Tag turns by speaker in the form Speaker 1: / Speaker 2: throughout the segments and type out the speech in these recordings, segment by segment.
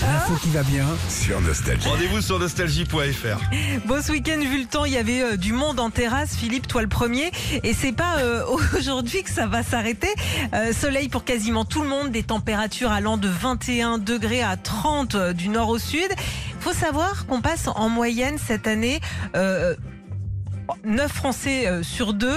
Speaker 1: l'info qui va bien.
Speaker 2: sur Nostalgie.
Speaker 3: Rendez-vous sur nostalgie.fr.
Speaker 4: Bon, ce week-end, vu le temps, il y avait euh, du monde en terrasse. Philippe, toi le premier. Et c'est pas euh, aujourd'hui que ça va s'arrêter. Euh, soleil pour quasiment tout le monde, des températures allant de 21 degrés à 30 euh, du nord au sud. Faut savoir qu'on passe en moyenne cette année. Euh, 9 Français euh, sur 2,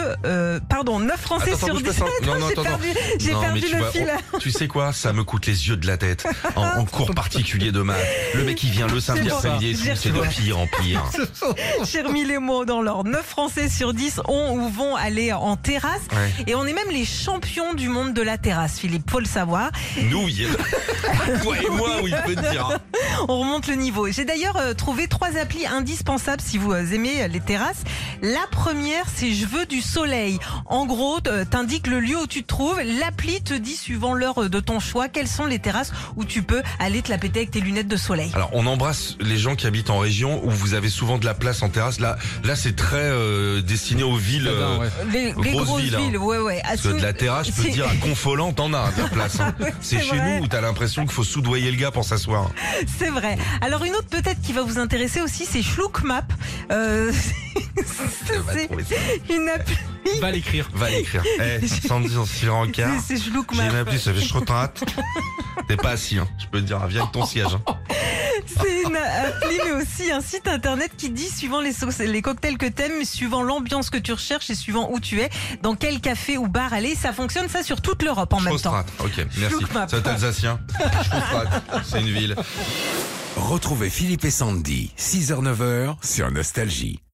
Speaker 4: pardon, 9 Français
Speaker 3: Attends, attends,
Speaker 4: sur
Speaker 3: bouge
Speaker 4: 2.
Speaker 3: pas, ça. Non, non,
Speaker 4: j'ai
Speaker 3: attends,
Speaker 4: perdu, j'ai
Speaker 3: Non,
Speaker 4: perdu
Speaker 3: mais tu
Speaker 4: le
Speaker 3: vas-
Speaker 4: fil.
Speaker 3: Tu sais quoi Ça me coûte les yeux de la tête. En, en cours particulier de maths. Le mec qui vient le samedi
Speaker 4: C'est bon.
Speaker 3: après-midi, et
Speaker 4: J'ai
Speaker 3: tout, c'est de
Speaker 4: retrouvé.
Speaker 3: pire en pire.
Speaker 4: J'ai remis les mots dans l'ordre. 9 Français sur 10 ont ou vont aller en terrasse.
Speaker 3: Ouais.
Speaker 4: Et on est même les champions du monde de la terrasse, Philippe, faut le savoir.
Speaker 3: Nouille. Toi et moi, oui, peut te dire.
Speaker 4: On remonte le niveau. J'ai d'ailleurs euh, trouvé trois applis indispensables si vous euh, aimez euh, les terrasses. La première, c'est Je veux du soleil. En gros, t- euh, t'indiques le lieu où tu te trouves. L'appli te dit, suivant l'heure euh, de ton choix, quelles sont les terrasses où tu peux aller te la péter avec tes lunettes de soleil.
Speaker 3: Alors, on embrasse les gens qui habitent en région où vous avez souvent de la place en terrasse. Là, là, c'est très euh, destiné aux villes. euh,
Speaker 4: Les, les
Speaker 3: Grosse
Speaker 4: grosses
Speaker 3: ville,
Speaker 4: villes,
Speaker 3: hein.
Speaker 4: ouais, ouais.
Speaker 3: Parce que de la terrasse, je peux te
Speaker 4: C'est-
Speaker 3: dire, à Confolant, t'en as de la place. hein.
Speaker 4: Oui,
Speaker 3: C'est
Speaker 4: c'est
Speaker 3: chez
Speaker 4: vrai.
Speaker 3: nous où t'as l'impression qu'il faut soudoyer le gars pour s'asseoir.
Speaker 4: C'est vrai. Alors une autre peut-être qui va vous intéresser aussi, c'est Schlouk Map. Euh, c'est une appli.
Speaker 3: Va l'écrire. Va l'écrire. Eh, sans dire si en quart.
Speaker 4: C'est Schlouk
Speaker 3: J'ai même
Speaker 4: Map.
Speaker 3: plus, ça fait je te rate. T'es pas assis, hein. je peux te dire, viens avec ton siège. hein.
Speaker 4: C'est une appli mais aussi un site internet qui dit suivant les, sauces- les cocktails que t'aimes, suivant l'ambiance que tu recherches et suivant où tu es, dans quel café ou bar aller. Ça fonctionne ça sur toute l'Europe en même temps.
Speaker 3: Schrostrate. Ok, merci.
Speaker 4: Schloukmap.
Speaker 3: C'est alsacien. Schrostrate, c'est une ville.
Speaker 2: Retrouvez Philippe et Sandy, 6h-9h sur Nostalgie.